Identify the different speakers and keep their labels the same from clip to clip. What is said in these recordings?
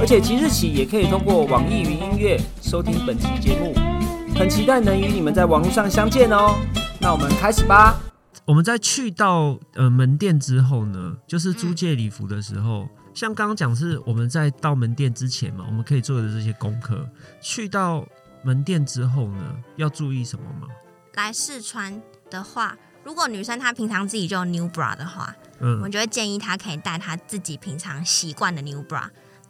Speaker 1: 而且即日起也可以通过网易云音乐收听本期节目，很期待能与你们在网络上相见哦。那我们开始吧。我们在去到呃门店之后呢，就是租借礼服的时候，像刚刚讲是我们在到门店之前嘛，我们可以做的这些功课。去到门店之后呢，要注意什么吗？
Speaker 2: 来试穿的话，如果女生她平常自己就有 new bra 的话，我
Speaker 1: 嗯
Speaker 2: 们就会建议她可以带她自己平常习惯的 new bra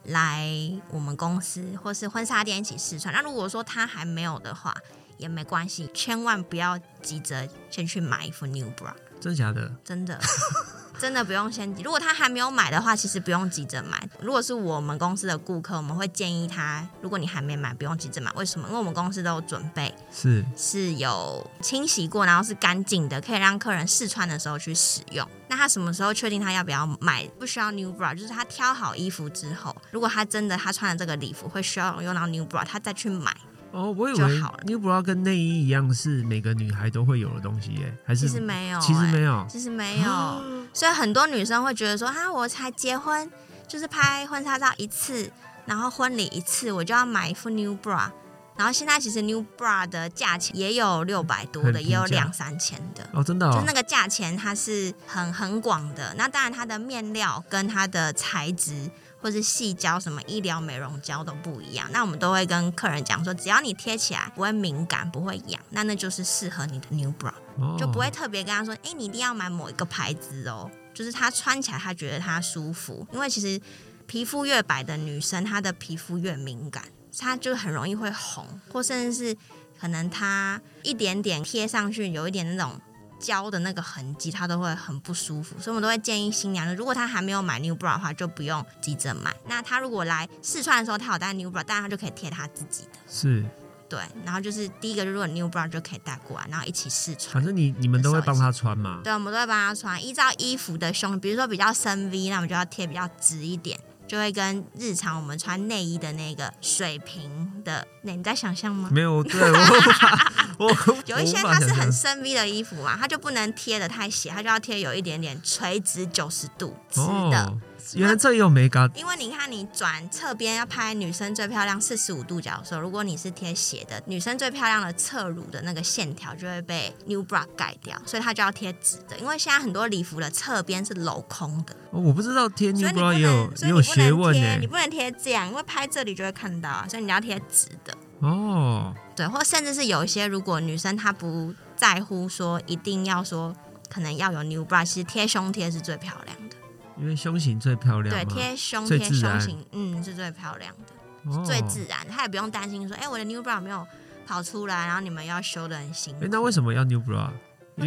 Speaker 2: 来我们公司或是婚纱店一起试穿。那如果说她还没有的话，也没关系，千万不要急着先去买一副 new bra，
Speaker 1: 真的假的？
Speaker 2: 真的。 真的不用先急，如果她还没有买的话，其实不用急着买。如果是我们公司的顾客，我们会建议她，如果你还没买，不用急着买。为什么？因为我们公司都有准备
Speaker 1: 是
Speaker 2: 是有清洗过，然后是干净的，可以让客人试穿的时候去使用。那他什么时候确定他要不要买？不需要 new bra，就是他挑好衣服之后，如果他真的他穿了这个礼服会需要用到 new bra，他再去买，
Speaker 1: 哦，我以
Speaker 2: 就
Speaker 1: 为
Speaker 2: 好了
Speaker 1: New Bra 跟内衣一样是每个女孩都会有的东西耶，还是
Speaker 2: 其实没有、
Speaker 1: 其实
Speaker 2: 欸
Speaker 1: 没啊有，
Speaker 2: 其实没有。所以很多女生会觉得说，哈、我才结婚，就是拍婚纱照一次，然后婚礼一次，我就要买一副 new bra。然后现在其实 new bra 的价钱也有六百多
Speaker 1: 很
Speaker 2: 的，
Speaker 1: 平
Speaker 2: 也有
Speaker 1: 价
Speaker 2: 两三千的。
Speaker 1: 哦，真的、
Speaker 2: 就
Speaker 1: 哦
Speaker 2: 是，那个价钱它是很很广的。那当然它的面料跟它的材质或是细胶什么医疗美容胶都不一样。那我们都会跟客人讲说，只要你贴起来不会敏感、不会痒，那那就是适合你的 new bra，
Speaker 1: 哦
Speaker 2: 就不会特别跟他说，哎、你一定要买某一个牌子哦。就是他穿起来他觉得他舒服，因为其实皮肤越白的女生，她的皮肤越敏感，她就很容易会红，或甚至是可能她一点点贴上去有一点那种胶的那个痕迹，她都会很不舒服。所以我们都会建议新娘，如果她还没有买 new bra 的话，就不用急着买。那她如果来试穿的时候，她有带 new bra，当然她就可以贴她自己的。
Speaker 1: 是，
Speaker 2: 对，然后就是第一个，如果 new bra 就可以带过来，然后一起试穿
Speaker 1: 反。正你你们都会帮她穿 嘛。
Speaker 2: 对，我们都会帮他穿，依照衣服的胸，比如说比较深 V，那我们就要贴比较直一点，就会跟日常我们穿内衣的那个水平的，那你在想象吗？
Speaker 1: 没有，对我无法， 我
Speaker 2: 有一些
Speaker 1: 我无法
Speaker 2: 它是
Speaker 1: 想象
Speaker 2: 很深 V 的衣服嘛，它就不能贴的太斜，它就要贴有一点点垂直九十度直的。
Speaker 1: 哦，原来这也有美感
Speaker 2: 因为你看，你转侧边要拍女生最漂亮四十五度角的时候，如果你是贴斜的，女生最漂亮的侧乳的那个线条就会被 new bra 盖掉，所以它就要贴直的。因为现在很多礼服的侧边是镂空的，
Speaker 1: 哦，我不知道天
Speaker 2: 所
Speaker 1: 女
Speaker 2: 以
Speaker 1: 不知
Speaker 2: 你不
Speaker 1: 道
Speaker 2: 能，
Speaker 1: 也有也
Speaker 2: 所以
Speaker 1: 有
Speaker 2: 你不
Speaker 1: 学
Speaker 2: 能
Speaker 1: 问欸
Speaker 2: 贴，你
Speaker 1: 呢。
Speaker 2: 不能贴这样，因为拍这里就会看到啊，所以你要贴直的。
Speaker 1: 哦，
Speaker 2: 对，或甚至是有一些，如果女生她不在乎说一定要说，可能要有 new bra，其实贴胸贴是最漂亮的。
Speaker 1: 因为胸型最漂亮
Speaker 2: 对，
Speaker 1: 嘛，
Speaker 2: 贴胸
Speaker 1: 最
Speaker 2: 贴
Speaker 1: 自
Speaker 2: 胸
Speaker 1: 然
Speaker 2: 型，嗯，是最漂亮的。
Speaker 1: 哦
Speaker 2: 最自然，他也不用担心说，哎、我的 new bra 没有跑出来，然后你们要修的很辛苦
Speaker 1: 诶。那为什么要 New Bra？
Speaker 2: 为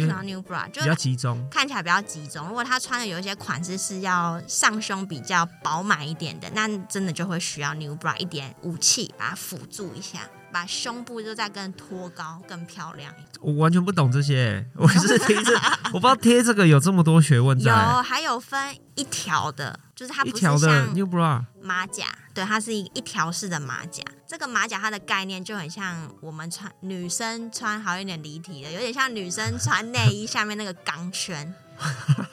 Speaker 1: 因
Speaker 2: 什
Speaker 1: 为
Speaker 2: 么要 new bra？就
Speaker 1: 比较集中
Speaker 2: 看起来比较集中。如果他穿的有一些款式是要上胸比较饱满一点的，那真的就会需要 new bra 一点武器把它辅助一下，把胸部就再更托高、更漂亮一点。
Speaker 1: 我完全不懂这些， 我是听这，我不知道贴这个有这么多学问在。
Speaker 2: 有，还有分一条的，就是它
Speaker 1: 欸一
Speaker 2: 不是
Speaker 1: 条的
Speaker 2: 像
Speaker 1: New Bra，
Speaker 2: 马甲，对，它是一一条式的马甲。这个马甲它的概念就很像我们穿女生穿好一点离题的，有点像女生穿内衣下面那个钢 圈，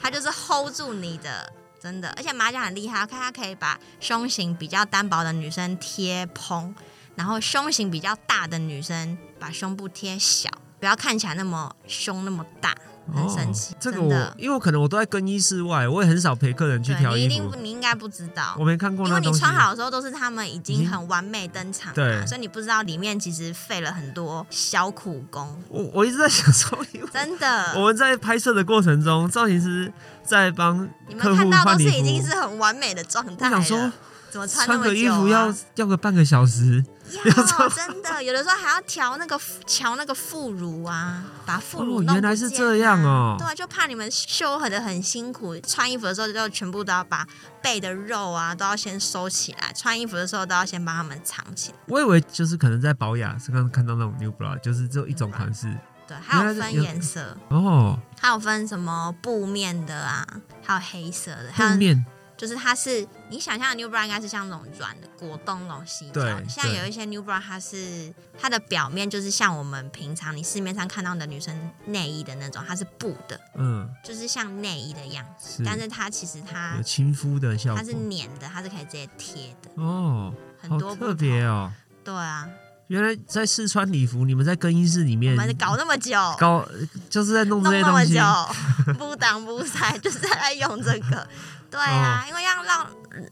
Speaker 2: 它就是 hold 住你的，真的。而且马甲很厉害，我看它可以把胸型比较单薄的女生贴蓬，然后胸型比较大的女生把胸部贴小，不要看起来那么胸那么大，很神奇。
Speaker 1: 哦这个
Speaker 2: 真
Speaker 1: 我
Speaker 2: 的，
Speaker 1: 因为我可能我都在更衣室外，我也很少陪客人去
Speaker 2: 对
Speaker 1: 挑
Speaker 2: 你
Speaker 1: 衣
Speaker 2: 一定
Speaker 1: 服，
Speaker 2: 你应该不知道
Speaker 1: 我。没看过
Speaker 2: 因
Speaker 1: 那
Speaker 2: 为你
Speaker 1: 东西。
Speaker 2: 穿好的时候都是他们
Speaker 1: 已
Speaker 2: 已
Speaker 3: 嗯
Speaker 2: 经
Speaker 1: 经
Speaker 2: 很完美登场了、
Speaker 1: 对
Speaker 2: 所以你不知道里面其实费了很多小苦 功，
Speaker 1: 我我一直在想说，因为
Speaker 2: 真
Speaker 1: 我
Speaker 2: 的。
Speaker 1: 们在拍摄的过程中，造型师在帮
Speaker 2: 你
Speaker 1: 客
Speaker 2: 们
Speaker 1: 户
Speaker 2: 看到
Speaker 1: 换
Speaker 2: 都是
Speaker 1: 礼
Speaker 2: 已经
Speaker 1: 服
Speaker 2: 是。很完美的状
Speaker 1: 我
Speaker 2: 态
Speaker 1: 想说
Speaker 2: 了，，怎么穿那
Speaker 3: 穿
Speaker 2: 么久、啊？
Speaker 3: 个衣服要 要个半个小时，
Speaker 2: 要真的，有的时候还要调那个调那个副乳啊，把副乳、
Speaker 3: 哦原来是这样哦
Speaker 2: 对啊，就怕你们修合的很辛苦，穿衣服的时候就全部都要把背的肉啊都要先收起来，穿衣服的时候都要先把它们藏起来。
Speaker 3: 我以为就是可能在保养，是刚刚看到那种 new bra，就是只有一种款式
Speaker 2: 对，还有
Speaker 3: 原来
Speaker 2: 分
Speaker 3: 是有
Speaker 2: 颜色，
Speaker 3: 哦，
Speaker 2: 还有分什么布面的啊，还有黑色的，还
Speaker 3: 布
Speaker 2: 有
Speaker 3: 面
Speaker 2: 就是它是你想象的 New Bra 应该是像那种软的果冻那种细胶
Speaker 3: 对，
Speaker 2: 现在
Speaker 3: 对
Speaker 2: 有一些 New Bra 它是它的表面就是像我们平常你市面上看到的女生内衣的那种，它是布的，
Speaker 3: 嗯
Speaker 2: 就是像内衣的样子，
Speaker 3: 是
Speaker 2: 但是它其实它
Speaker 3: 嗯有亲肤的效
Speaker 2: 它是
Speaker 3: 果
Speaker 2: 粘的，它是可以直接贴的，
Speaker 3: 哦，
Speaker 2: 很
Speaker 3: 好
Speaker 2: 多不
Speaker 3: 特别
Speaker 2: 同。
Speaker 3: 哦。
Speaker 2: 对啊，
Speaker 3: 原来在试穿礼服，你们在更衣室里
Speaker 2: 我
Speaker 3: 面
Speaker 2: 们搞那么久，
Speaker 3: 搞就是在弄这
Speaker 2: 弄
Speaker 3: 些
Speaker 2: 那
Speaker 3: 东
Speaker 2: 么
Speaker 3: 西
Speaker 2: 久， 不挡不塞， 就是在用这个。对
Speaker 3: 哦
Speaker 2: 啊，因为要让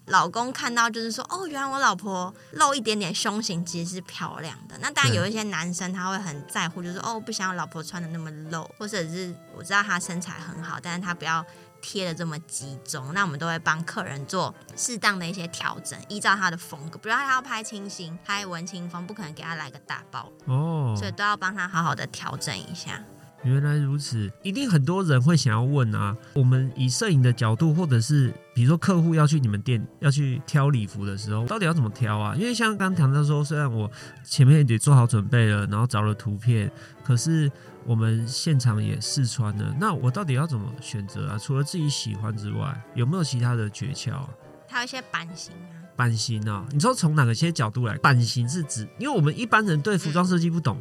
Speaker 2: 老公看到，就是说，哦，原来我老婆露一点点胸型其实是漂亮的。那当然
Speaker 3: 对
Speaker 2: 有一些男生他会很在乎，就是哦，我不想要老婆穿的那么露，或者是我知道她身材很好，但是她不要贴的这么集中。那我们都会帮客人做适当的一些调整，依照他的风格。比如他要拍清新，拍文青风，不可能给他来个大包，
Speaker 3: 哦。
Speaker 2: 所以都要帮他好好的调整一下。
Speaker 3: 原来如此，一定很多人会想要问啊。我们以摄影的角度，或者是比如说客户要去你们店要去挑礼服的时候，到底要怎么挑啊？因为像刚谈到说，虽然我前面也做好准备了，然后找了图片，可是我们现场也试穿了，那我到底要怎么选择啊？除了自己喜欢之外，有没有其他的诀窍啊？
Speaker 2: 还有一些版型啊。
Speaker 3: 版型啊，你说从哪些角度来？版型是指，因为我们一般人对服装设计不懂，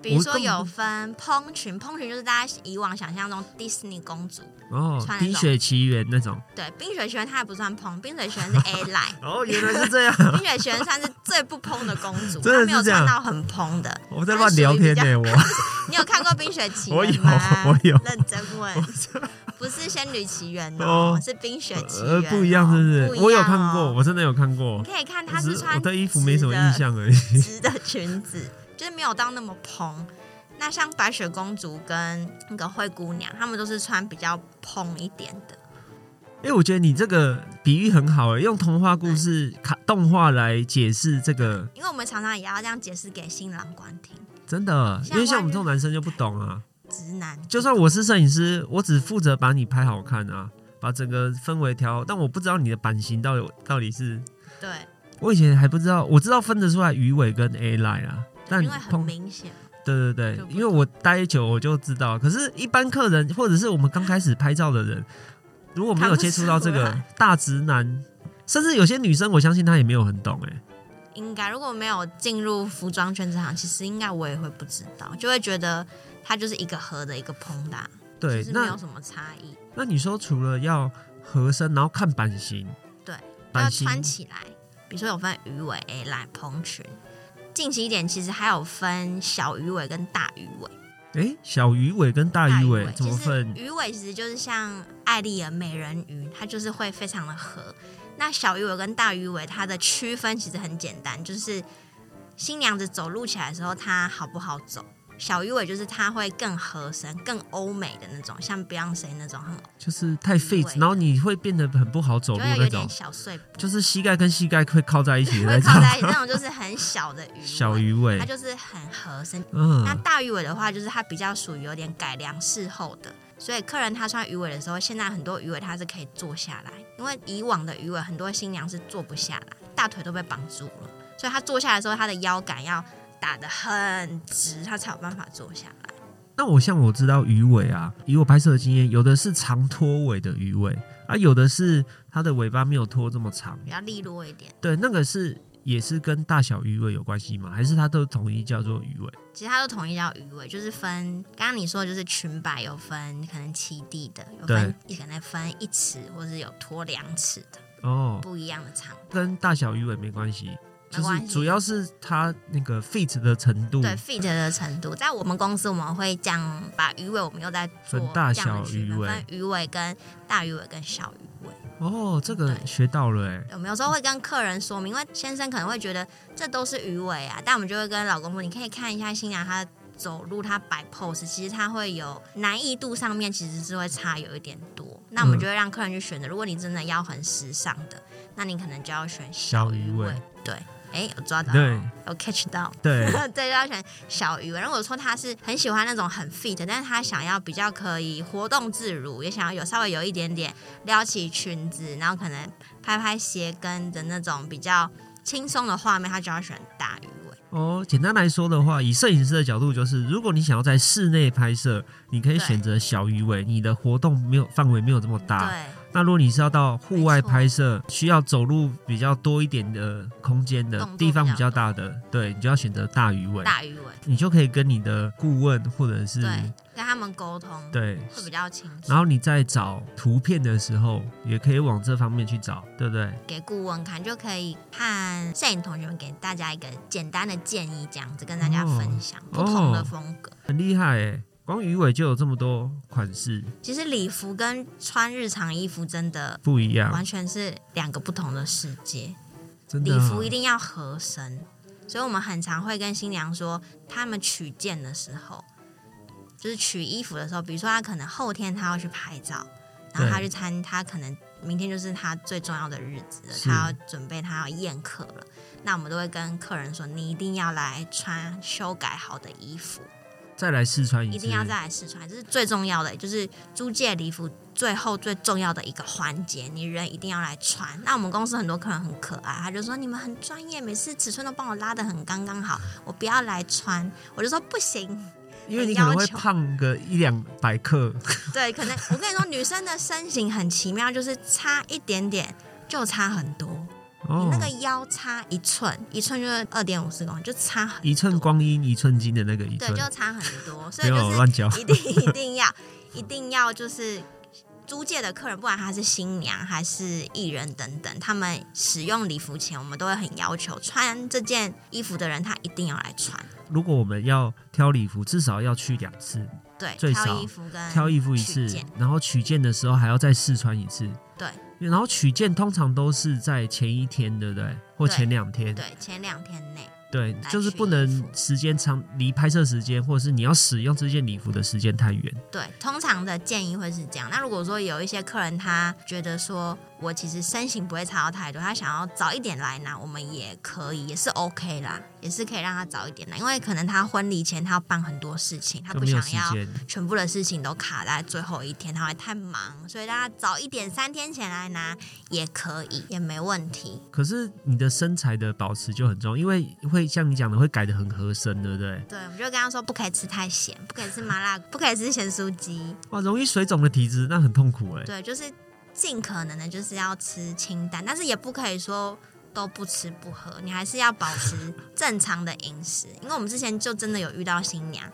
Speaker 2: 比如说有分蓬裙，蓬裙就是大家以往想象中迪士尼公主，
Speaker 3: 哦，《
Speaker 2: 穿那
Speaker 3: 冰
Speaker 2: 种
Speaker 3: 雪奇缘》那种。
Speaker 2: 对，冰雪奇缘它还不算蓬，冰雪奇 缘是 A line，
Speaker 3: 哦，原来是这样。
Speaker 2: 冰雪奇缘算是最不蓬的公主，
Speaker 3: 真的
Speaker 2: 她
Speaker 3: 是
Speaker 2: 没有
Speaker 3: 这样
Speaker 2: 穿到很蓬的。
Speaker 3: 我在乱聊天呢、我呃
Speaker 2: 你有看过冰雪奇
Speaker 3: 我
Speaker 2: 缘
Speaker 3: 有
Speaker 2: 吗？
Speaker 3: 我有
Speaker 2: 认真问，不是仙女奇缘
Speaker 3: 哦
Speaker 2: 哦，是冰雪奇缘哦、
Speaker 3: 呃不一样，是不是？
Speaker 2: 不一样哦
Speaker 3: 我有看过，我真的有看过
Speaker 2: 你，可以看
Speaker 3: 我
Speaker 2: 她
Speaker 3: 只
Speaker 2: 是
Speaker 3: 是
Speaker 2: 穿
Speaker 3: 我对衣服没什么
Speaker 2: 直的
Speaker 3: 印象而已。
Speaker 2: 直的裙子，就是没有到那么蓬。那像白雪公主跟那个灰姑娘，她们都是穿比较蓬一点的。
Speaker 3: 因为我觉得你这个比喻很好、欸，用童话故事、卡动画来解释这个，
Speaker 2: 因为我们常常也要这样解释给新郎官听，
Speaker 3: 真的，因为像
Speaker 2: 像
Speaker 3: 我们这种男生就不懂啊。
Speaker 2: 直男
Speaker 3: 就算我是摄影师，我只负责把你拍好看啊，把整个氛围调好，但我不知道你的版型到底到底是。
Speaker 2: 对，
Speaker 3: 我以前还不知道，我知道分得出来鱼尾跟 A line 啊，但
Speaker 2: 因为很
Speaker 3: 通
Speaker 2: 明显，
Speaker 3: 对对对
Speaker 2: 就，不
Speaker 3: 因为我待久我就知道，可是，一般客人或者是我们刚开始拍照的人，如果没有接触到这
Speaker 2: 看不
Speaker 3: 个
Speaker 2: 出
Speaker 3: 大直男，甚至有些女生，我相信她也没有很懂哎、
Speaker 2: 应该如果没有进入服装圈这行，其实应该我也会不知道，就会觉得它就是一个合的一个蓬的啊，
Speaker 3: 对
Speaker 2: 就，是没有
Speaker 3: 那
Speaker 2: 什么差异，
Speaker 3: 那你说除了要合身，然后看版型，
Speaker 2: 对，要
Speaker 3: 版型
Speaker 2: 穿起来，比如说有分鱼尾、A 来蓬裙。近期一点，其实还有分小鱼尾跟大鱼尾。
Speaker 3: 哎，小鱼尾跟大鱼尾怎
Speaker 2: 其
Speaker 3: 么
Speaker 2: 实
Speaker 3: 分？
Speaker 2: 鱼尾其实就是像艾丽的美人鱼，它就是会非常的合。那小鱼尾跟大鱼尾它的区分其实很简单，就是新娘子走路起来的时候她好不好走。小鱼尾就是它会更合身、更欧美的那种，像 Beyonce 那种很，
Speaker 3: 就是太
Speaker 2: 尾
Speaker 3: fit，然后你会变得很不好走
Speaker 2: 就
Speaker 3: 路
Speaker 2: 会有
Speaker 3: 那
Speaker 2: 点
Speaker 3: 种，
Speaker 2: 小碎步，
Speaker 3: 就是膝盖跟膝盖会靠在一起的
Speaker 2: 会
Speaker 3: 那
Speaker 2: 靠
Speaker 3: 种
Speaker 2: 在一起那种就是很小的鱼尾，
Speaker 3: 小鱼尾
Speaker 2: 它，就是很合身，
Speaker 3: 嗯
Speaker 2: 那，大鱼尾的话，就是它比较属于有点改良事后的，所以客人他穿鱼尾的时候，现在很多鱼尾它是可以坐下来，因为以往的鱼尾很多新娘是坐不下来，大腿都被绑住了，所以她坐下来的时候，她的腰杆要打得很直，她才有办法坐下来。
Speaker 3: 那我像我知道鱼尾啊，以我拍摄的经验，有的是长拖尾的鱼尾啊，有的是它的尾巴没有拖这么长。
Speaker 2: 比较利落一点，
Speaker 3: 对，那个是也是跟大小鱼尾有关系吗？还是它都统一叫做鱼尾？
Speaker 2: 其实它都统一叫鱼尾，就是分刚刚你说的就是裙摆有分可能七地的，有分可能分一尺或是有拖两尺的
Speaker 3: 哦，
Speaker 2: 不一样的长度，
Speaker 3: 跟大小鱼尾没关系，
Speaker 2: 没
Speaker 3: 就
Speaker 2: 关
Speaker 3: 是
Speaker 2: 系
Speaker 3: 主要是它那个 fit 的程度
Speaker 2: 对 fit 的程度，在我们公司我们会这样把鱼尾，我们又在做
Speaker 3: 分大
Speaker 2: 这样的
Speaker 3: 小
Speaker 2: 区
Speaker 3: 鱼
Speaker 2: 分，
Speaker 3: 尾
Speaker 2: 分鱼尾跟大鱼尾跟小鱼尾。
Speaker 3: 哦，这个
Speaker 2: 对
Speaker 3: 学到了哎。
Speaker 2: 对我们有时候会跟客人说明，因为先生可能会觉得这都是鱼尾啊，但我们就会跟老公说，你可以看一下新娘她走路它摆 pose，其实它会有难易度上面其实是会差有一点多。那我们就会让客人去选择，如果你真的要很时尚的，那你可能就要选
Speaker 3: 小鱼尾，
Speaker 2: 对，哎，有抓到，
Speaker 3: 对
Speaker 2: 有 catch 到。
Speaker 3: 对
Speaker 2: 对，就要选小鱼尾。然后我说他是很喜欢那种很 fit，但是他想要比较可以活动自如，也想要有稍微有一点点撩起裙子，然后可能拍拍鞋跟的那种比较轻松的画面，他就要选大鱼尾。
Speaker 3: 哦。简单来说的话，以摄影师的角度，就是如果你想要在室内拍摄，你可以
Speaker 2: 对
Speaker 3: 选择小鱼尾，你的活动没有范围没有这么大。
Speaker 2: 对
Speaker 3: 那如果你是要到户外
Speaker 2: 没错
Speaker 3: 拍摄，需要走路比较多一点的空间的
Speaker 2: 动作
Speaker 3: 地方比
Speaker 2: 比较
Speaker 3: 较大的，对你就要选择大鱼尾，
Speaker 2: 大鱼尾，
Speaker 3: 你就可以跟你的顾问或者是
Speaker 2: 对，跟他们沟通
Speaker 3: 对
Speaker 2: 会比较清楚
Speaker 3: 然，后你在找图片的时候，也可以往这方面去找，对不对？
Speaker 2: 给顾问看就可以看摄影同学们给大家一个简单的建议，这样子跟大家分享、不同的风格。
Speaker 3: 很厉害哎，光鱼尾就有这么多款式，
Speaker 2: 其实礼服跟穿日常衣服真的
Speaker 3: 不一样
Speaker 2: 完，全是两个不同的世界。
Speaker 3: 真的、
Speaker 2: 礼
Speaker 3: 啊。
Speaker 2: 服一定要合身，所以我们很常会跟新娘说，他们取件的时候，就是取衣服的时候，比如说她可能后天她要去拍照，然后她去
Speaker 3: 对
Speaker 2: 参，她可能明天就是她最重要的日子了，
Speaker 3: 是
Speaker 2: 她要准备她要宴客了，那我们都会跟客人说，你一定要来穿修改好的衣服，
Speaker 3: 再来试穿一次，
Speaker 2: 一定要再来试穿，这是最重要的，就是租借礼服最后最重要的一个环节，你人一定要来穿。那我们公司很多客人很可爱，他就说你们很专业，每次尺寸都帮我拉的很刚刚好，我不要来穿，我就说不行。
Speaker 3: 因为你可能会
Speaker 2: 要求
Speaker 3: 胖个一两百克，
Speaker 2: 对，可能我跟你说，女生的身形很奇妙，就是差一点点就差很多，你
Speaker 3: 哦
Speaker 2: 那，个腰差一寸，一寸就是二点五四公分，就差很
Speaker 3: 一寸光阴一寸金的那个一
Speaker 2: 对，
Speaker 3: 寸，
Speaker 2: 就差很多，所以
Speaker 3: 没
Speaker 2: 就
Speaker 3: 有
Speaker 2: 是
Speaker 3: 乱讲。
Speaker 2: 一定一定要一定要就是租借的客人，不管他是新娘还是艺人等等，他们使用礼服前，我们都会很要求穿这件衣服的人，他一定要来穿。
Speaker 3: 如果我们要挑礼服，至少要去两次，
Speaker 2: 对，
Speaker 3: 最少
Speaker 2: 挑衣服跟
Speaker 3: 挑衣服一次
Speaker 2: 嗯取件，
Speaker 3: 然后取件的时候还要再试穿一次。
Speaker 2: 对，
Speaker 3: 然后取件通常都是在前一天，对不对？或
Speaker 2: 对
Speaker 3: 前两天。
Speaker 2: 对前两天内
Speaker 3: 对，
Speaker 2: 来
Speaker 3: 就是
Speaker 2: 取
Speaker 3: 不
Speaker 2: 衣
Speaker 3: 能
Speaker 2: 服
Speaker 3: 时间长，离拍摄时间或者是你要使用这件礼服的时间太远。
Speaker 2: 对通常的建议会是这样。那如果说有一些客人他觉得说我其实身形不会差到太多，他想要早一点来拿，我们也可以，也是 OK 啦，也是可以让他早一点来，因为可能他婚礼前他要办很多事情，他
Speaker 3: 就
Speaker 2: 不
Speaker 3: 没
Speaker 2: 想
Speaker 3: 有时
Speaker 2: 要
Speaker 3: 间。
Speaker 2: 全部的事情都卡在最后一天，他会太忙，所以大家早一点三天前来拿也可以，也没问题。
Speaker 3: 可是你的身材的保持就很重要，因为会像你讲的，会改得很合身，对不对？
Speaker 2: 对，我就跟他说不可以吃太咸，不可以吃麻辣，不可以吃咸酥鸡，
Speaker 3: 哇，容易水肿的体质那很痛苦哎、
Speaker 2: 对，就是尽可能的就是要吃清淡，但是也不可以说。都不吃不喝，你还是要保持正常的饮食。因为我们之前就真的有遇到新娘，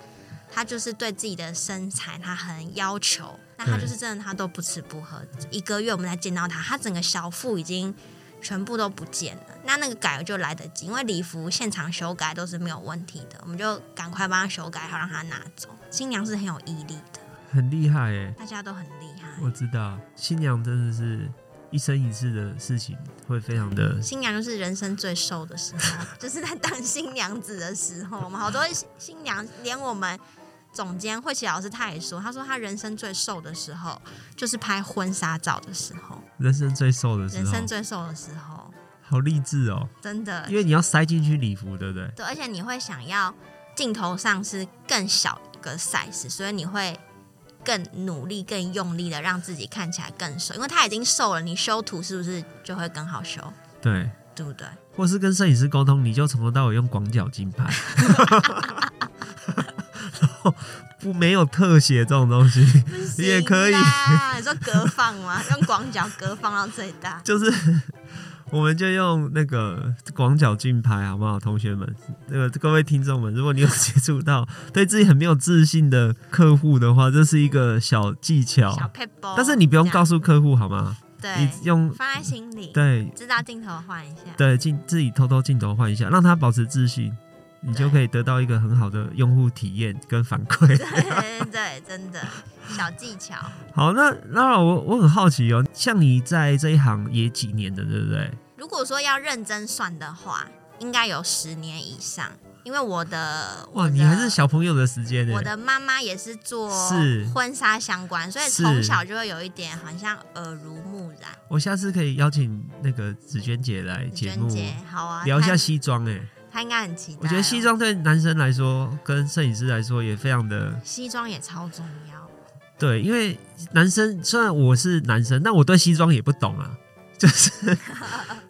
Speaker 2: 她就是对自己的身材她很要求，那她
Speaker 3: 对
Speaker 2: 就是真的她都不吃不喝，一个月我们才见到她，她整个小腹已经全部都不见了。那那个改就来得及，因为礼服现场修改都是没有问题的，我们就赶快帮她修改好，让她拿走。新娘是很有毅力的，
Speaker 3: 很厉害哎、
Speaker 2: 大家都很厉害。
Speaker 3: 我知道，新娘真的是一生一世的事情，会非常的
Speaker 2: 新娘就是人生最瘦的时候， 就是在当新娘子的时候。我们好多新新娘，连我们总监慧琪老师他也说，他说他人生最瘦的时候就是拍婚纱照的时候，
Speaker 3: 人生最瘦的时
Speaker 2: 人
Speaker 3: 候，
Speaker 2: 生最呃瘦的时候，
Speaker 3: 好励志哦！
Speaker 2: 真的
Speaker 3: 因为你要塞进去礼服，对不对？
Speaker 2: 对，而且你会想要镜头上是更小一个 size，所以你会更努力、更用力的让自己看起来更瘦，因为他已经瘦了，你修图是不是就会更好修？
Speaker 3: 对，
Speaker 2: 对不对？
Speaker 3: 或是跟摄影师沟通，你就从头到尾用广角镜拍，然后不没有特写这种东西，也可以
Speaker 2: 不行啦 你说隔放吗？用广角隔放到最大。
Speaker 3: 就是我们就用那个广角镜拍，好不好，同学们？那个各位听众们，如果你有接触到对自己很没有自信的客户的话，这是一个小技巧，
Speaker 2: 小 p e b
Speaker 3: 但是你不用告诉客户好吗？
Speaker 2: 对
Speaker 3: 你，用
Speaker 2: 放在心里，
Speaker 3: 对
Speaker 2: 知道镜头换一下。
Speaker 3: 对 镜自己偷偷镜头换一下，让他保持自信，你就
Speaker 2: 对
Speaker 3: 可以得到一个很好的用户体验跟反 馈。
Speaker 2: 对对 对，真的小技巧。
Speaker 3: 好，那那我我很好奇哦，像你在这一行也几年的，对不对？
Speaker 2: 如果说要认真算的话，应该有十年以上，因因为我的我
Speaker 3: 哇，
Speaker 2: 的
Speaker 3: 你还是小朋友的时间呢、
Speaker 2: 我的妈妈也是做
Speaker 3: 是
Speaker 2: 婚纱相关，所以
Speaker 3: 是
Speaker 2: 从小就会有一点好像耳濡目染。
Speaker 3: 我下次可以邀请那个紫娟姐来节
Speaker 2: 娟
Speaker 3: 目
Speaker 2: 姐，好啊，
Speaker 3: 聊一下
Speaker 2: 她，
Speaker 3: 西装哎、
Speaker 2: 她应该很期待哦、
Speaker 3: 我觉得西装对男生来说，跟摄影师来说也非常的
Speaker 2: 西装也超重要，
Speaker 3: 对，因为男生虽然我是男生，但我对西装也不懂啊，就是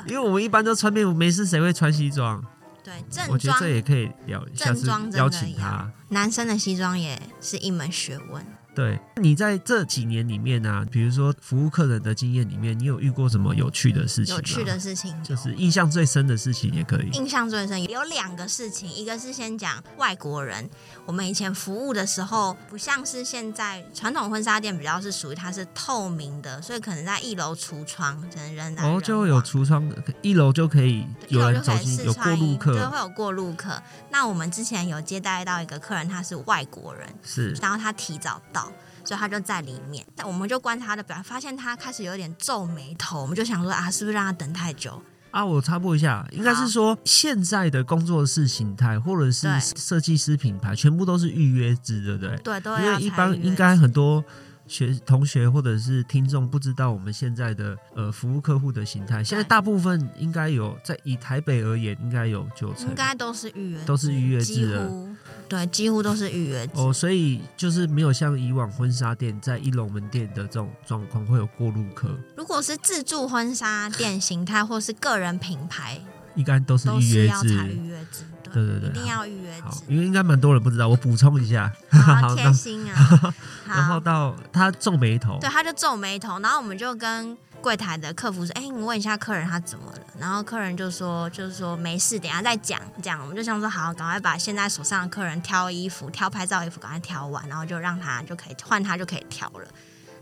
Speaker 3: 因为我们一般都穿便服，没事谁会穿西装？
Speaker 2: 对
Speaker 3: 我
Speaker 2: 正
Speaker 3: 觉得
Speaker 2: 装
Speaker 3: 这也可以聊，下次
Speaker 2: 装真的
Speaker 3: 邀请
Speaker 2: 要
Speaker 3: 他。
Speaker 2: 男生的西装也是一门学问。
Speaker 3: 对你在这几年里面啊，比如说服务客人的经验里面，你有遇过什么有趣的事情吗？
Speaker 2: 有趣的事情有
Speaker 3: 就是印象最深的事情也可以。
Speaker 2: 印象最深有两个事情，一个是先讲外国人，我们以前服务的时候，不像是现在传统婚纱店比较是属于它是透明的，所以可能在一楼橱窗，可能人来人
Speaker 3: 哦，
Speaker 2: 往
Speaker 3: 就会有橱窗，一楼就可以
Speaker 2: 对一
Speaker 3: 有
Speaker 2: 楼
Speaker 3: 人
Speaker 2: 就
Speaker 3: 走
Speaker 2: 可以
Speaker 3: 进，
Speaker 2: 试
Speaker 3: 有过
Speaker 2: 穿
Speaker 3: 路
Speaker 2: 衣，对，
Speaker 3: 客
Speaker 2: 会有过路客。那我们之前有接待到一个客人，他是外国人，
Speaker 3: 是
Speaker 2: 然后他提早到，所以他就在里面。但我们就观察他的表，发现他开始有点皱眉头，我们就想说啊，是不是让他等太久？
Speaker 3: 啊，我插播一下，应该是说现在的工作室形态或者是
Speaker 2: 对
Speaker 3: 设计师品牌，全部都是预约制，对不对？
Speaker 2: 对，啊都
Speaker 3: 因
Speaker 2: 要
Speaker 3: 为一
Speaker 2: 才
Speaker 3: 般
Speaker 2: 预约
Speaker 3: 应该很多学同学或者是听众不知道我们现在的呃服务客户的形态，现在大部分应该有在以台北而言，应该有九成
Speaker 2: 应该都是预约制，
Speaker 3: 都是预约制
Speaker 2: 几
Speaker 3: 的
Speaker 2: 乎对，几乎都是预约制。
Speaker 3: 哦，所以就是没有像以往婚纱店在一楼门店的这种状况会有过路客，
Speaker 2: 如果是自助婚纱 店形态或是个人品牌，
Speaker 3: 应该都是
Speaker 2: 都
Speaker 3: 预
Speaker 2: 是
Speaker 3: 约
Speaker 2: 要
Speaker 3: 制。
Speaker 2: 采预约制，对
Speaker 3: 对对对
Speaker 2: 一定要预约
Speaker 3: 好，
Speaker 2: 制，
Speaker 3: 因为应该蛮多人不知道，我补充一下。
Speaker 2: 好
Speaker 3: 好
Speaker 2: 贴
Speaker 3: 那
Speaker 2: 心啊。
Speaker 3: 然后
Speaker 2: 好，
Speaker 3: 到他皱眉头，
Speaker 2: 哦嗯对，他就皱眉头，然后我们就跟。柜台的客服说：“哎、你问一下客人他怎么了？”然后客人就说：“就是说没事，等一下再讲。”这样我们就想说：“好，赶快把现在手上的客人挑衣服、挑拍照衣服，赶快挑完，然后就让他就可以换他就可以挑了。”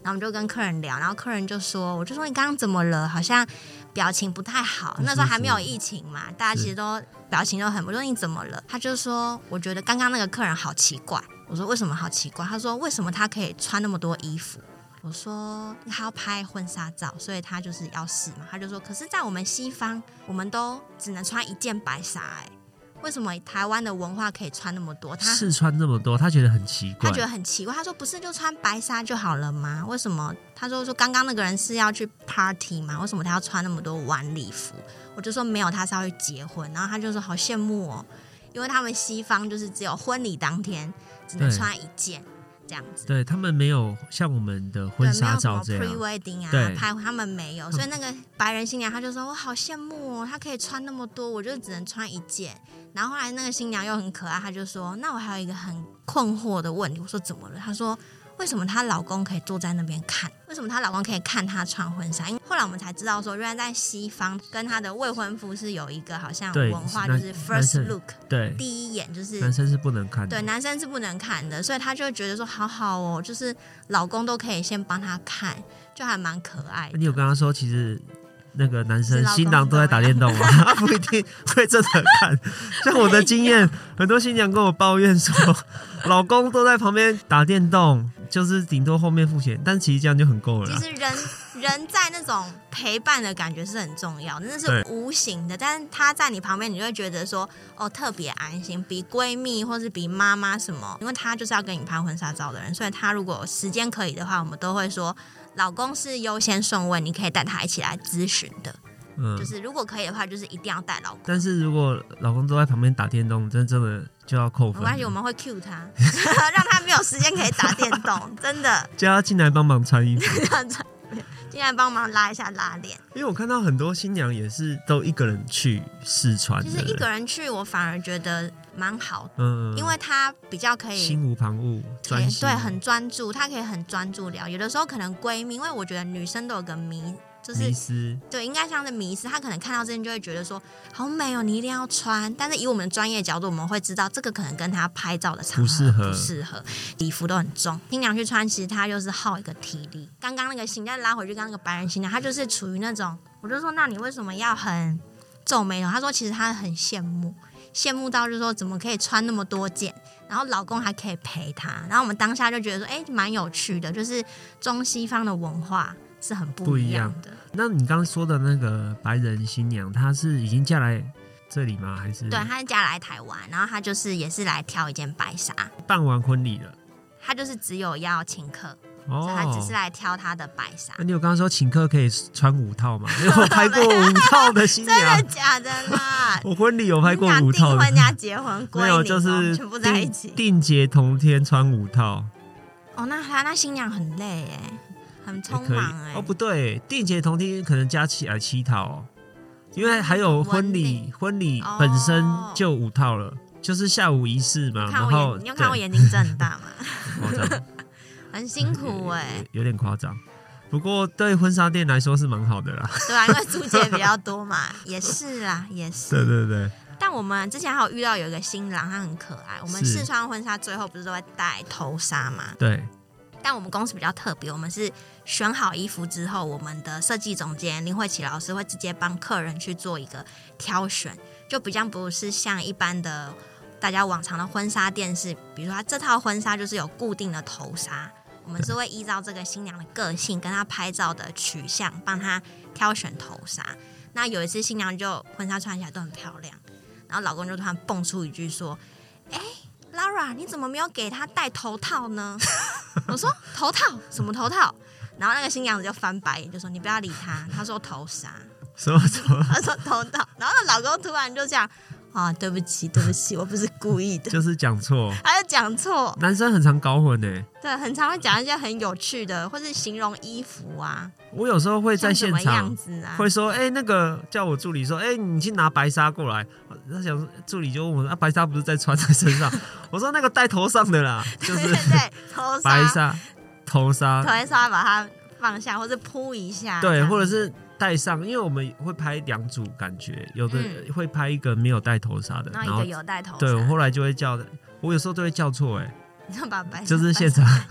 Speaker 2: 然后我们就跟客人聊，然后客人就说：“我就说你刚刚怎么了？好像表情不太好。
Speaker 3: 不舒服
Speaker 2: 那时候还没有疫情嘛，大家
Speaker 3: 是
Speaker 2: 其实都表情都很……我说你怎么了？他就说：我觉得刚刚那个客人好奇怪。我说为什么好奇怪？他说为什么他可以穿那么多衣服？我说他要拍婚纱照，所以他就是要试嘛。他就说，可是，在我们西方，我们都只能穿一件白纱、哎，为什么台湾的文化可以穿那么多？他
Speaker 3: 试穿这么多，他觉得很奇
Speaker 2: 他。
Speaker 3: 怪
Speaker 2: 觉得很奇怪，他说不是就穿白纱就好了吗？为什么？他说说刚刚那个人是要去 party 吗？为什么他要穿那么多晚礼服？我就说没有，他是要去结婚。然后他就说好羡慕哦，因为他们西方就是只有婚礼当天只能
Speaker 3: 对
Speaker 2: 穿一件这样子。
Speaker 3: 对他们没有像我们的
Speaker 2: 对，
Speaker 3: 婚纱照这
Speaker 2: 没有什
Speaker 3: 样，
Speaker 2: 么 pre wedding
Speaker 3: 对嗯
Speaker 2: 啊，拍他们没有，所以那个白人新娘她就说：“我好羡慕哦，她可以穿那么多，我就只能穿一件。”然后后来那个新娘又很可爱，她就说：“那我还有一个很困惑的问题，我说怎么了？”她说。为什么她老公可以坐在那边看？为什么她老公可以看她穿婚纱？因为后来我们才知道说，原来在西方跟她的未婚夫是有一个好像
Speaker 3: 对嗯
Speaker 2: 文化，就
Speaker 3: 男
Speaker 2: 是
Speaker 3: 男
Speaker 2: first
Speaker 3: 生
Speaker 2: look
Speaker 3: 对，
Speaker 2: 第一眼就是
Speaker 3: 男生是不能看的
Speaker 2: 对，。男生是不能看的，所以他就会觉得说，好好哦，就是老公都可以先帮他看，就还蛮可爱
Speaker 3: 你
Speaker 2: 的。
Speaker 3: 有跟他说，其实那个男
Speaker 2: 是
Speaker 3: 生
Speaker 2: 老公
Speaker 3: 新郎都在打电动吗？ 他不一定会真的 看。像我的经验，很多新娘跟我抱怨说，老公都在旁边打电动，就是顶多后面付钱，但其实这样就很够了
Speaker 2: 其
Speaker 3: 啦。
Speaker 2: 实人 人在那种陪伴的感觉是很重要的，那
Speaker 3: 对
Speaker 2: 是无形的，但是他在你旁边，你就会觉得说，哦，特别安心，比闺蜜或是比妈妈什么，因为他就是要跟你拍婚纱照的人，所以他如果时间可以的话，我们都会说，老公是优先顺位，你可以带他一起来咨询的，
Speaker 3: 嗯
Speaker 2: 就，是如果可以的话，就是一定要带老公。
Speaker 3: 但是如果老公都在旁边打电动，真真的就要扣
Speaker 2: 没
Speaker 3: 分
Speaker 2: 关系，我
Speaker 3: 了，
Speaker 2: 们会 cue 他， 让他没有时间可以打电动， 真的，
Speaker 3: 叫他进来帮忙穿衣服。
Speaker 2: 进来帮忙拉一下拉链。
Speaker 3: 因为我看到很多新娘也是都一个人去试穿
Speaker 2: 其
Speaker 3: 的，
Speaker 2: 实一个人去，我反而觉得蛮好的，
Speaker 3: 嗯，
Speaker 2: 因为他比较可以。
Speaker 3: 心无旁骛，专
Speaker 2: 对
Speaker 3: 心
Speaker 2: 对，很专注，他可以很专注聊。有的时候可能闺蜜，因为我觉得女生都有个迷，就是
Speaker 3: 迷失，
Speaker 2: 对，应该像是迷失。她可能看到这件就会觉得说好美哦，你一定要穿。但是以我们的专业角度，我们会知道这个可能跟她拍照的场合
Speaker 3: 不适合
Speaker 2: 不适合，礼服都很重。新娘去穿，其实她就是耗一个体力。刚刚那个新再拉回去，刚刚那个白人新娘，她就是处于那种，我就说，那你为什么要很皱眉头？她说，其实她很羡慕。羡慕到就是说，怎么可以穿那么多件，然后老公还可以陪她，然后我们当下就觉得说，哎、蛮有趣的，就是中西方的文化是很
Speaker 3: 不
Speaker 2: 不
Speaker 3: 一
Speaker 2: 一
Speaker 3: 样
Speaker 2: 样的。
Speaker 3: 那你刚刚说的那个白人新娘，她是已经嫁来这里吗？还是
Speaker 2: 对，他是嫁来台湾，然后他就是也是来挑一件白纱，
Speaker 3: 办完婚礼了？
Speaker 2: 他就是只有要请客，所以他只是
Speaker 3: 哦，
Speaker 2: 来挑他的白纱
Speaker 3: 那。你有刚刚说请客可以穿五 套吗？因为我拍过五套的新
Speaker 2: 真
Speaker 3: 娘？
Speaker 2: 的，假的啦
Speaker 3: 我婚礼有拍过
Speaker 2: 你俩
Speaker 3: 五
Speaker 2: 订
Speaker 3: 套的，
Speaker 2: 婚加结婚，
Speaker 3: 没
Speaker 2: 归
Speaker 3: 有
Speaker 2: 零
Speaker 3: 就是
Speaker 2: 哦全部在一
Speaker 3: 定
Speaker 2: 起。
Speaker 3: 定节同天穿五套，
Speaker 2: 哦，那他那新娘很累哎，很
Speaker 3: 也
Speaker 2: 匆
Speaker 3: 可以
Speaker 2: 忙哎。
Speaker 3: 哦，不对，定节同天可能加起来七套哦，因为还有婚
Speaker 2: 婚
Speaker 3: 礼
Speaker 2: 礼，
Speaker 3: 婚礼本身
Speaker 2: 嗯哦
Speaker 3: 就五套了，就是下午仪式嘛，
Speaker 2: 你看
Speaker 3: 啊
Speaker 2: 我
Speaker 3: 然后
Speaker 2: 眼，你有看我
Speaker 3: 对
Speaker 2: 眼睛睁大吗？
Speaker 3: 夸张
Speaker 2: 很辛苦哎，
Speaker 3: 有点夸张。不过对婚纱店来说是蛮好的 啦，
Speaker 2: 对啊，因为租借比 较多嘛，也是啦，也
Speaker 3: 对
Speaker 2: 是。
Speaker 3: 对对，
Speaker 2: 但我们之前还有遇到有一个新郎，他很可爱。我们
Speaker 3: 是
Speaker 2: 试穿婚纱最后不是都会戴头纱嘛？
Speaker 3: 对，
Speaker 2: 但我们公司比较特别，我们是选好衣服之后，我们的设计总监林慧琪老师会直接帮客人去做一个挑选，就比较不是像一般的大家往常的婚纱店是，比如说它这套婚纱就是有固定的头纱，我们是会依照这个新娘的个性跟她拍照的取向，帮她挑选头纱。那有一次新娘就婚纱穿起来都很漂亮，然后老公就突然蹦出一句说：“哎、l a u r a 你怎么没有给她戴头套呢？”我说头套什么头套？然后那个新娘子就翻白眼，就说你不要理他。她说头纱，
Speaker 3: 什么什么，
Speaker 2: 她说头套。然后那老公突然就这样啊，对不起，对不起，我不是故意的。
Speaker 3: 就是讲错，
Speaker 2: 他就讲错，
Speaker 3: 男生很常搞混欸呢、
Speaker 2: 对，很常会讲一些很有趣的，或是形容衣服啊，
Speaker 3: 我有时候会在
Speaker 2: 像什
Speaker 3: 现
Speaker 2: 么
Speaker 3: 场
Speaker 2: 样子啊，
Speaker 3: 会说，哎、那个叫我助理说，哎、你去拿白纱过来。他想说助理就问我说，啊，白纱不是在穿在身上？ 我说那个戴头上的 啦，就
Speaker 2: 对
Speaker 3: 是
Speaker 2: 对对， 头啊纱，
Speaker 3: 白纱、头纱，
Speaker 2: 头纱把它放下，或者铺一下，这
Speaker 3: 对，
Speaker 2: 样
Speaker 3: 或者是戴上，因为我们会拍两组，感觉有的
Speaker 2: 嗯
Speaker 3: 会拍一个没有戴头纱的，
Speaker 2: 然
Speaker 3: 然
Speaker 2: 后一
Speaker 3: 后
Speaker 2: 个有戴头纱，
Speaker 3: 对我后来就会叫，我有时候都会叫错，哎，
Speaker 2: 你就把白纱
Speaker 3: 就是现场，
Speaker 2: 你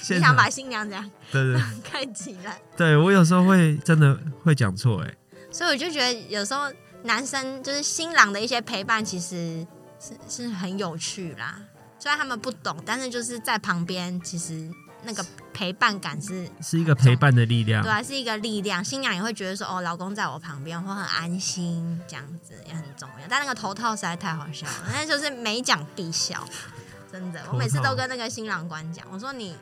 Speaker 3: 现
Speaker 2: 想
Speaker 3: 场，
Speaker 2: 把新娘这样
Speaker 3: 对对
Speaker 2: 看起来。
Speaker 3: 对，我有时候会真的会讲错，哎，
Speaker 2: 所以我就觉得有时候男生就是新郎的一些陪伴，其实是是很有趣啦。虽然他们不懂，但是就是在旁边，其实那个陪伴感是
Speaker 3: 是一个陪伴的力量
Speaker 2: 对。啊，是一个力量。新娘也会觉得说，哦，老公在我旁边，我很安心，这样子也很重要。但那个头套实在太好笑了，那就是每讲必笑，真的。我每次
Speaker 3: 头套
Speaker 2: 都跟那个新郎官讲，我说你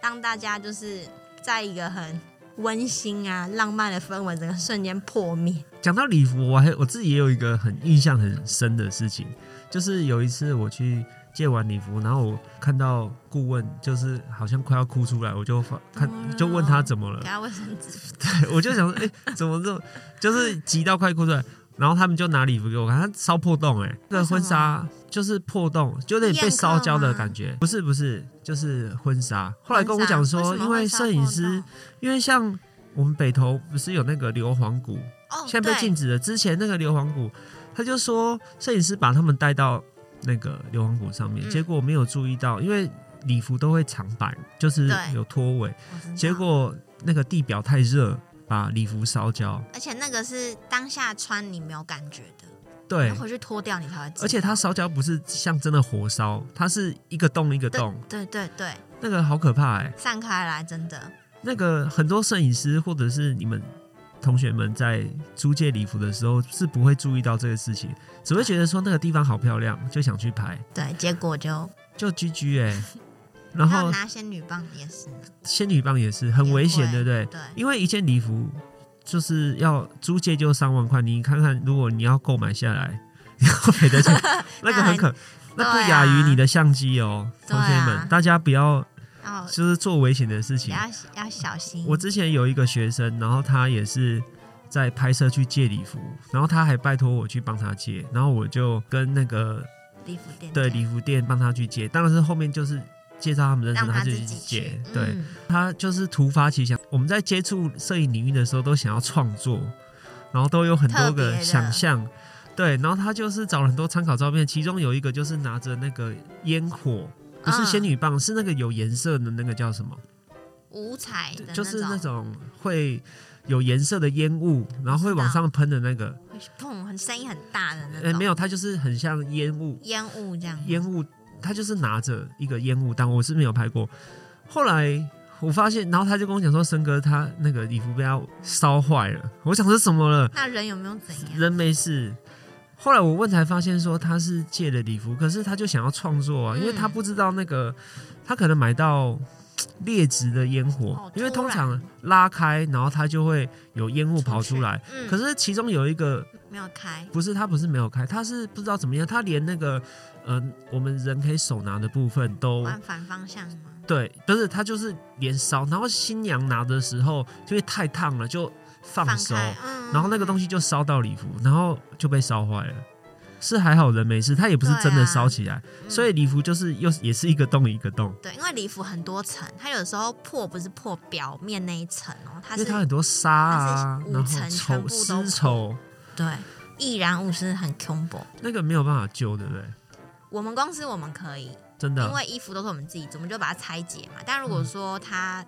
Speaker 2: 让大家就是在一个很温馨啊、浪漫的氛围，整个瞬间破灭。
Speaker 3: 讲到礼服，我还我自己也有一个很印象很深的事情，就是有一次我去借完礼服，然后我看到顾问就是好像快要哭出来，我就发看
Speaker 2: 怎么了
Speaker 3: 就问他怎么了
Speaker 2: 给，他卫生纸，
Speaker 3: 对我就想说，哎、怎么这么就是急到快哭出来，然后他们就拿礼服给我看，它烧破洞、哎，那
Speaker 2: 为
Speaker 3: 个
Speaker 2: 什么
Speaker 3: 婚纱就是破洞，就有点被烧焦的感觉，不是不是，就是婚纱。后来跟我讲说，
Speaker 2: 什么
Speaker 3: 因
Speaker 2: 会
Speaker 3: 为
Speaker 2: 烧
Speaker 3: 摄影
Speaker 2: 破
Speaker 3: 师
Speaker 2: 洞，
Speaker 3: 因为像我们北投不是有那个硫磺谷。
Speaker 2: 哦，
Speaker 3: 现在被
Speaker 2: 对
Speaker 3: 禁止了。之前那个硫磺谷，他就说摄影师把他们带到那个硫磺谷上面，
Speaker 2: 嗯
Speaker 3: 结果没有注意到，因为礼服都会长摆，就是
Speaker 2: 对嗯
Speaker 3: 有脱尾，
Speaker 2: 我知道
Speaker 3: 结果那个地表太热，把礼服烧焦。
Speaker 2: 而且那个是当下穿你没有感觉的，
Speaker 3: 对
Speaker 2: 要，回去脱掉你才会知道。
Speaker 3: 而且它烧焦不是像真的火烧，它是一个洞一个
Speaker 2: 对
Speaker 3: 洞，
Speaker 2: 对对对，
Speaker 3: 那个好可怕哎、
Speaker 2: 散开来真的，
Speaker 3: 那个很多摄影师或者是你们同学们在租借礼服的时候是不会注意到这个事情，只会觉得说那个地方好漂亮，就想去拍。
Speaker 2: 对，结果就
Speaker 3: 就 GG 哎、然
Speaker 2: 还有
Speaker 3: 后
Speaker 2: 拿仙女棒也是
Speaker 3: 仙女棒也是很危险，对
Speaker 2: 也
Speaker 3: 不对？
Speaker 2: 对，
Speaker 3: 因为一件礼服就是要租借就三万块，你看看，如果你要购买下来，你要 赔得起，那个很可，
Speaker 2: 那
Speaker 3: 那
Speaker 2: 很对
Speaker 3: 不
Speaker 2: 啊
Speaker 3: 亚于你的相机哦，
Speaker 2: 对
Speaker 3: 同
Speaker 2: 啊啊
Speaker 3: 学们，大家不要
Speaker 2: 要
Speaker 3: 就是做危险的事情。
Speaker 2: 要要小心。
Speaker 3: 我之前有一个学生，然后他也是在拍摄去借礼服，然后他还拜托我去帮他借，然后我就跟那个
Speaker 2: 礼服店
Speaker 3: 对
Speaker 2: 家
Speaker 3: 礼服店帮他去借，当然是后面就是介绍他们认识，
Speaker 2: 让
Speaker 3: 他
Speaker 2: 他
Speaker 3: 就
Speaker 2: 自
Speaker 3: 去
Speaker 2: 己
Speaker 3: 借
Speaker 2: 去，，
Speaker 3: 对。
Speaker 2: 嗯
Speaker 3: 他就是突发奇想。我们在接触摄影领域的时候，都想要创作，然后都有很多
Speaker 2: 特别
Speaker 3: 个
Speaker 2: 的
Speaker 3: 想象。对，然后他就是找了很多参考照片，其中有一个就是拿着那个烟火，不是
Speaker 2: 嗯
Speaker 3: 仙女棒，是那个有颜色的那个叫什么？
Speaker 2: 五彩的
Speaker 3: 就是那
Speaker 2: 那种
Speaker 3: 种会有颜色的烟雾，然后会往上喷的那个。
Speaker 2: 会砰，很声音很大的那
Speaker 3: 哎，
Speaker 2: 种
Speaker 3: 没有，它就是很像烟雾，
Speaker 2: 烟雾这样，
Speaker 3: 烟雾，他就是拿着一个烟雾弹，我是没有拍过。后来我发现，然后他就跟我讲说，森哥他那个礼服被他烧坏了。我想说怎么了？
Speaker 2: 那人有没有怎样？
Speaker 3: 人没事。后来我问才发现说他是借了礼服，可是他就想要创作啊，因为他
Speaker 2: 嗯
Speaker 3: 不知道那个他可能买到劣质的烟火，
Speaker 2: 哦
Speaker 3: 因为
Speaker 2: 突
Speaker 3: 通
Speaker 2: 然
Speaker 3: 常拉开然后它就会有烟雾跑出来。
Speaker 2: 嗯，
Speaker 3: 可
Speaker 2: 是
Speaker 3: 是其中有一个
Speaker 2: 没有开，
Speaker 3: 不是他不是没有开，他是不知道怎么样，他连那个呃我们人可以手拿的部分都
Speaker 2: 玩反方向吗？
Speaker 3: 对，不是他就是连烧，然后新娘拿的时候因为太烫了就放
Speaker 2: 放
Speaker 3: 手，
Speaker 2: 开，嗯，
Speaker 3: 然后那个东
Speaker 2: 西
Speaker 3: 西就烧到礼服，然后就被烧坏了。是还好人没事，他也不是真的烧起来，
Speaker 2: 嗯
Speaker 3: 所以礼服就是又也是一个洞一个洞，
Speaker 2: 对，因为礼服很多层，它有时候破不是破表面那一层哦，它
Speaker 3: 因为
Speaker 2: 是
Speaker 3: 它很多纱啊
Speaker 2: 它，是五
Speaker 3: 然后
Speaker 2: 层全
Speaker 3: 丑
Speaker 2: 部都
Speaker 3: 丝绸
Speaker 2: 对易燃物是很恐怖。
Speaker 3: 那个没有办法救，对不对？
Speaker 2: 我们公司我们可以，
Speaker 3: 真
Speaker 2: 因
Speaker 3: 的，
Speaker 2: 为衣服都是我们自己做，我们就把它拆解嘛。但如果说它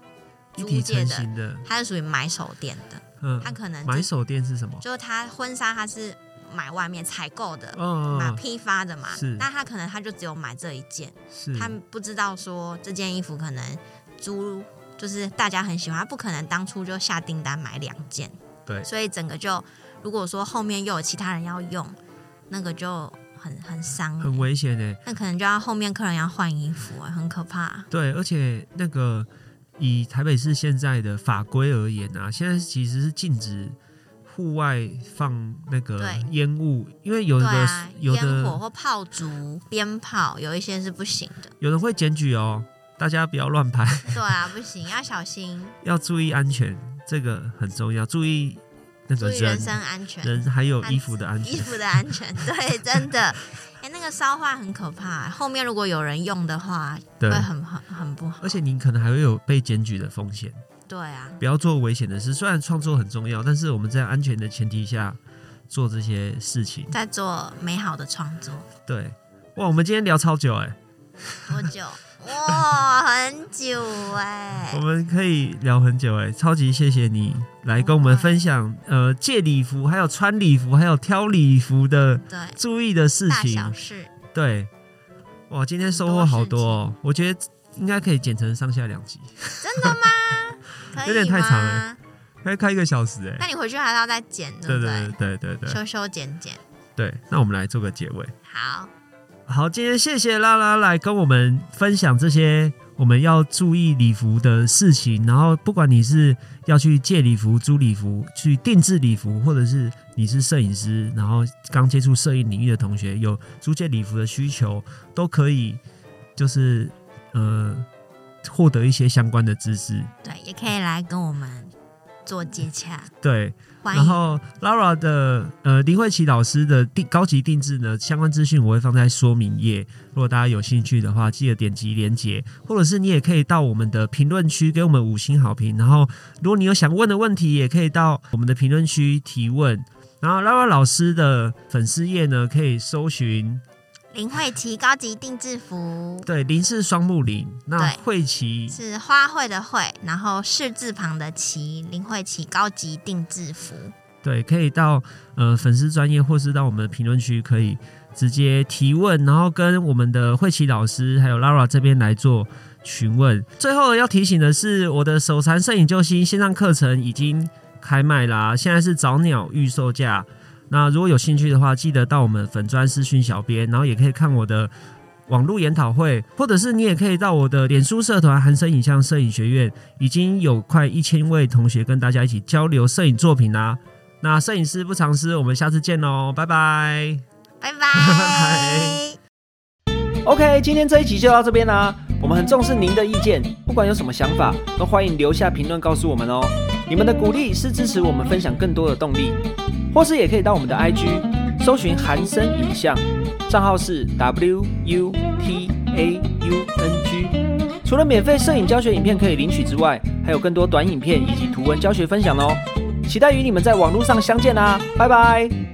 Speaker 3: 嗯一
Speaker 2: 租
Speaker 3: 体
Speaker 2: 借
Speaker 3: 成
Speaker 2: 的，
Speaker 3: 型的，
Speaker 2: 它是属于买手店的，
Speaker 3: 嗯
Speaker 2: 它，可能就
Speaker 3: 买手店是什么？
Speaker 2: 就是它婚纱它是买外面采购的，
Speaker 3: 嗯，
Speaker 2: 买
Speaker 3: 嗯
Speaker 2: 批发的嘛
Speaker 3: 是，
Speaker 2: 那他可能他就只有买这一件，
Speaker 3: 是
Speaker 2: 他不知道说这件衣服可能租就是大家很喜欢，他不可能当初就下订单买两件，
Speaker 3: 对
Speaker 2: 所以整个就如果说后面又有其他人要用，那个就很很伤，
Speaker 3: 很危险诶。
Speaker 2: 那可能就要后面客人要换衣服、啊很可怕。
Speaker 3: 对，而且那个以台北市现在的法规而言啊，现在其实是禁止户外放那个
Speaker 2: 对
Speaker 3: 烟雾，因为有
Speaker 2: 对
Speaker 3: 的、
Speaker 2: 啊，
Speaker 3: 嗯有
Speaker 2: 烟火
Speaker 3: 的
Speaker 2: 或炮竹、鞭炮，有一些是不行的。
Speaker 3: 有人会检举哦，大家不要乱拍，
Speaker 2: 对啊，不行，要小心，
Speaker 3: 要注意安全，这个很重要，注意那
Speaker 2: 注
Speaker 3: 个
Speaker 2: 意人
Speaker 3: 人
Speaker 2: 身安全。
Speaker 3: 人还有
Speaker 2: 安
Speaker 3: 衣服的安
Speaker 2: 衣
Speaker 3: 全。
Speaker 2: 服的安全，对，真的。哎、那个烧化很可怕、后面如果有人用的话，
Speaker 3: 对
Speaker 2: 会很很很不好。
Speaker 3: 而且您可能还会有被检举的风险，
Speaker 2: 对啊，
Speaker 3: 不要做危险的事。虽然创作很重要，但是我们在安全的前提下做这些事情。
Speaker 2: 在做美好的创作，
Speaker 3: 对，哇，我们今天聊超久哎、
Speaker 2: 多 久？哇，很久哎、
Speaker 3: 我们可以聊很久哎、超级谢谢你来跟我们分
Speaker 2: 哦
Speaker 3: 享，呃，借礼服，还有穿礼服，还有挑礼服的
Speaker 2: 对，
Speaker 3: 注意的事
Speaker 2: 大小
Speaker 3: 情。
Speaker 2: 事，
Speaker 3: 对，哇，今天收获好多哦，我觉得应该可以剪成上下两 集，
Speaker 2: 真的吗？可以吗？
Speaker 3: 有点太长了可以开一个小时哎、
Speaker 2: 那你回去还要再剪，对
Speaker 3: 对
Speaker 2: 不
Speaker 3: 对对对对对
Speaker 2: 修修剪剪，
Speaker 3: 对，那我们来做个结尾。
Speaker 2: 好，
Speaker 3: 好，今天谢谢拉拉来跟我们分享这些我们要注意礼服的事情。然后，不管你是要去借礼服、租礼服、去定制礼服，或者是你是摄影师，然后刚接触摄影领域的同学，有租借礼服的需求，都可以就是呃获得一些相关的知识。
Speaker 2: 对，也可以来跟我们做接洽，
Speaker 3: 对，
Speaker 2: 欢
Speaker 3: 然
Speaker 2: 迎。
Speaker 3: 后 Laura 的呃林慧琪老师的定高级定制呢，相关资讯我会放在说明页，如果大家有兴趣的话，记得点击连接，或者是你也可以到我们的评论区给我们五星好评。然后，如果你有想问的问题，也可以到我们的评论区提问。然后，Laura 老师的粉丝页呢，可以搜寻
Speaker 2: 林慧琪高级定制服，
Speaker 3: 对林氏双木林，那
Speaker 2: 对
Speaker 3: 慧琪
Speaker 2: 是花卉的卉，然后是字旁的旗，林慧琪高级定制服。
Speaker 3: 对，可以到呃粉丝专业，或是到我们的评论区，可以直接提问，然后跟我们的慧琪老师还有 Lara 这边来做询问。最后要提醒的是，我的手残摄影救星线上课程已经开卖啦，现在是早鸟预售价。那如果有兴趣的话，记得到我们粉专私讯小编，然后也可以看我的网络研讨会，或者是你也可以到我的脸书社团“韩生影像摄影学院”，已经有快一千位同学跟大家一起交流摄影作品啊啦。那摄影师不藏私，我们下次见喽，拜拜。
Speaker 2: 拜拜。
Speaker 3: 拜
Speaker 1: OK，今天这一集就到这边啦、我们很重视您的意见，不管有什么想法，都欢迎留下评论告诉我们哦。你们的鼓励是支持我们分享更多的动力，或是也可以到我们的 IG 搜寻韩生影像，账号是 W U T A U N G。除了免费摄影教学影片可以领取之外，还有更多短影片以及图文教学分享哦。期待与你们在网络上相见啦、拜拜。